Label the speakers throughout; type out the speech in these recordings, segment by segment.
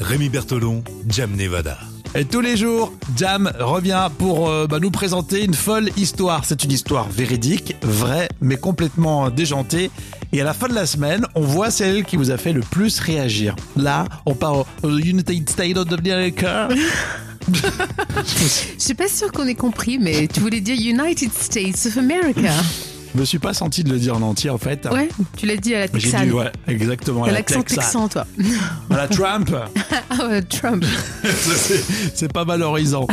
Speaker 1: Rémi Bertolon, Jam Nevada.
Speaker 2: Et tous les jours, Jam revient pour euh, bah, nous présenter une folle histoire. C'est une histoire véridique, vraie, mais complètement euh, déjantée. Et à la fin de la semaine, on voit celle qui vous a fait le plus réagir. Là, on part au- aux United States of America.
Speaker 3: Je suis pas sûre qu'on ait compris, mais tu voulais dire United States of America.
Speaker 2: Je me suis pas senti de le dire en entier, en fait.
Speaker 3: Ouais, tu l'as dit à la
Speaker 2: J'ai
Speaker 3: Texane.
Speaker 2: dû, ouais, exactement, à
Speaker 3: T'as
Speaker 2: la
Speaker 3: l'accent
Speaker 2: Texane.
Speaker 3: texan, toi.
Speaker 2: À la Trump.
Speaker 3: Ah, ouais, Trump.
Speaker 2: C'est- C'est pas valorisant.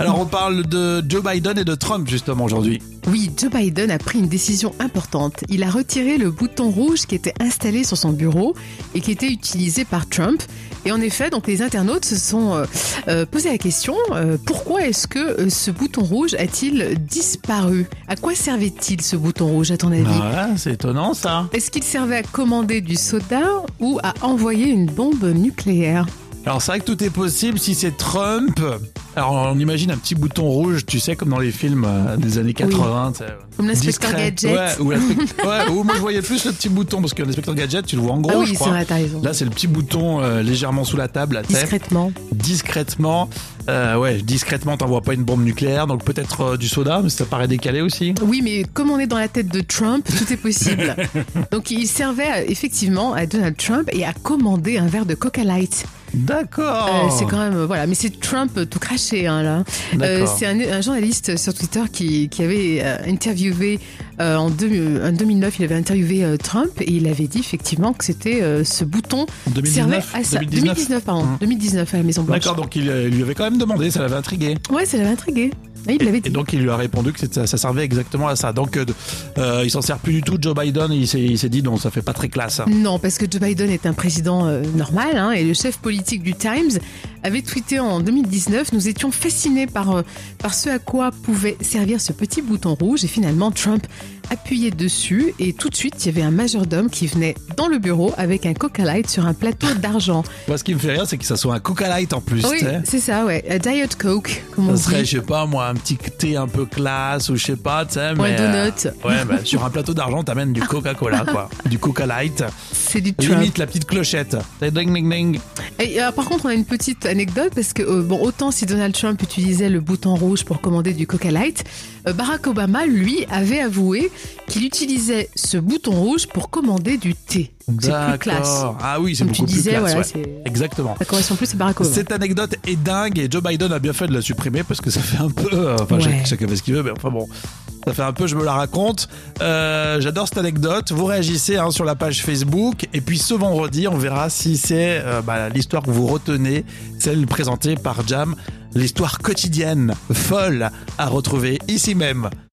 Speaker 2: Alors, on parle de Joe Biden et de Trump, justement, aujourd'hui.
Speaker 3: Oui, Joe Biden a pris une décision importante. Il a retiré le bouton rouge qui était installé sur son bureau et qui était utilisé par Trump. Et en effet, donc les internautes se sont euh, euh, posé la question euh, pourquoi est-ce que euh, ce bouton rouge a-t-il disparu À quoi servait-il ce bouton rouge, à ton avis
Speaker 2: Ah ouais, c'est étonnant, ça.
Speaker 3: Est-ce qu'il servait à commander du soda ou à envoyer une bombe nucléaire
Speaker 2: Alors c'est vrai que tout est possible si c'est Trump. Alors on imagine un petit bouton rouge, tu sais, comme dans les films euh, des années 80. tu sais,
Speaker 3: Comme l'inspecteur
Speaker 2: discret.
Speaker 3: Gadget.
Speaker 2: Ouais, ou l'inspect- ouais, ou moi je voyais plus le petit bouton, parce que l'inspecteur Gadget, tu le vois en gros,
Speaker 3: Ah oui,
Speaker 2: je
Speaker 3: c'est
Speaker 2: crois.
Speaker 3: vrai, t'as raison.
Speaker 2: Là c'est le petit bouton euh, légèrement sous la table, là, tu sais.
Speaker 3: Discrètement.
Speaker 2: discrètement. Euh, ouais, discrètement, t'envoies pas une bombe nucléaire, donc peut-être euh, du soda, mais ça paraît décalé aussi.
Speaker 3: Oui, mais comme on est dans la tête de Trump, tout est possible. Donc il servait à- effectivement à Donald Trump et à commander un verre de Coca Light.
Speaker 2: D'accord.
Speaker 3: Euh, c'est quand même euh, voilà, mais c'est Trump euh, tout craché hein, là. Euh,
Speaker 2: D'accord.
Speaker 3: c'est un, un journaliste euh, sur Twitter qui, qui avait euh, interviewé euh, en, deux- en 2009, il avait interviewé euh, Trump et il avait dit effectivement que c'était euh, ce bouton
Speaker 2: En
Speaker 3: servait
Speaker 2: 2019.
Speaker 3: à ça.
Speaker 2: 2019.
Speaker 3: 2019 pardon,
Speaker 2: Mm.
Speaker 3: 2019 à la Maison Blanche.
Speaker 2: D'accord, donc il euh, lui avait quand même demandé, ça l'avait intrigué.
Speaker 3: Ouais, ça l'avait intrigué. Et il l'avait
Speaker 2: Et
Speaker 3: dit.
Speaker 2: donc il lui a répondu que c'était- ça servait exactement à ça. Donc euh, euh, il s'en sert plus du tout. Joe Biden, il s'est il s'est dit non, ça fait pas très classe. hein.
Speaker 3: Non, parce que Joe Biden est un président euh, normal hein, et le chef politique du Times avait tweeté en 2019 Nous étions fascinés par, euh, par ce à quoi pouvait servir ce petit bouton rouge et finalement Trump appuyait dessus et tout de suite il y avait un majordome qui venait dans le bureau avec un coca light sur un plateau d'argent.
Speaker 2: Moi, ce qui me fait rire, c'est que ça soit un coca light en plus.
Speaker 3: oui,
Speaker 2: tu sais.
Speaker 3: c'est ça, ouais. A Diet Coke, comme on
Speaker 2: Ça serait,
Speaker 3: dit.
Speaker 2: je sais pas, moi, un petit thé un peu classe ou je sais pas, tu sais.
Speaker 3: Ou un
Speaker 2: mais, euh,
Speaker 3: donut.
Speaker 2: ouais, bah, sur un plateau d'argent, t'amènes du Coca-Cola, quoi. Du Coca Light.
Speaker 3: C'est du Trump.
Speaker 2: Limite la petite clochette. T'sais, Ding, ding, ding.
Speaker 3: Et, euh, par contre, on a une petite anecdote parce que euh, bon, autant si Donald Trump utilisait le bouton rouge pour commander du Coca Light, euh, Barack Obama lui avait avoué qu'il utilisait ce bouton rouge pour commander du thé. Donc, C'est plus classe.
Speaker 2: D'accord. Ah oui, c'est
Speaker 3: Comme tu
Speaker 2: beaucoup plus
Speaker 3: disais,
Speaker 2: classe.
Speaker 3: voilà,
Speaker 2: ouais.
Speaker 3: c'est-
Speaker 2: Exactement.
Speaker 3: Ça correspond plus à Barack Obama.
Speaker 2: Cette anecdote est dingue et Joe Biden a bien fait de la supprimer parce que ça fait un peu. euh, enfin,
Speaker 3: Ouais.
Speaker 2: chac- chacun fait ce qu'il veut, mais enfin bon. Ça fait un peu, je me la raconte. Euh, J'adore cette anecdote. Vous réagissez hein, sur la page Facebook. Et puis ce vendredi, on verra si c'est euh, bah, l'histoire que vous retenez, celle présentée par Jam, l'histoire quotidienne, folle, à retrouver ici même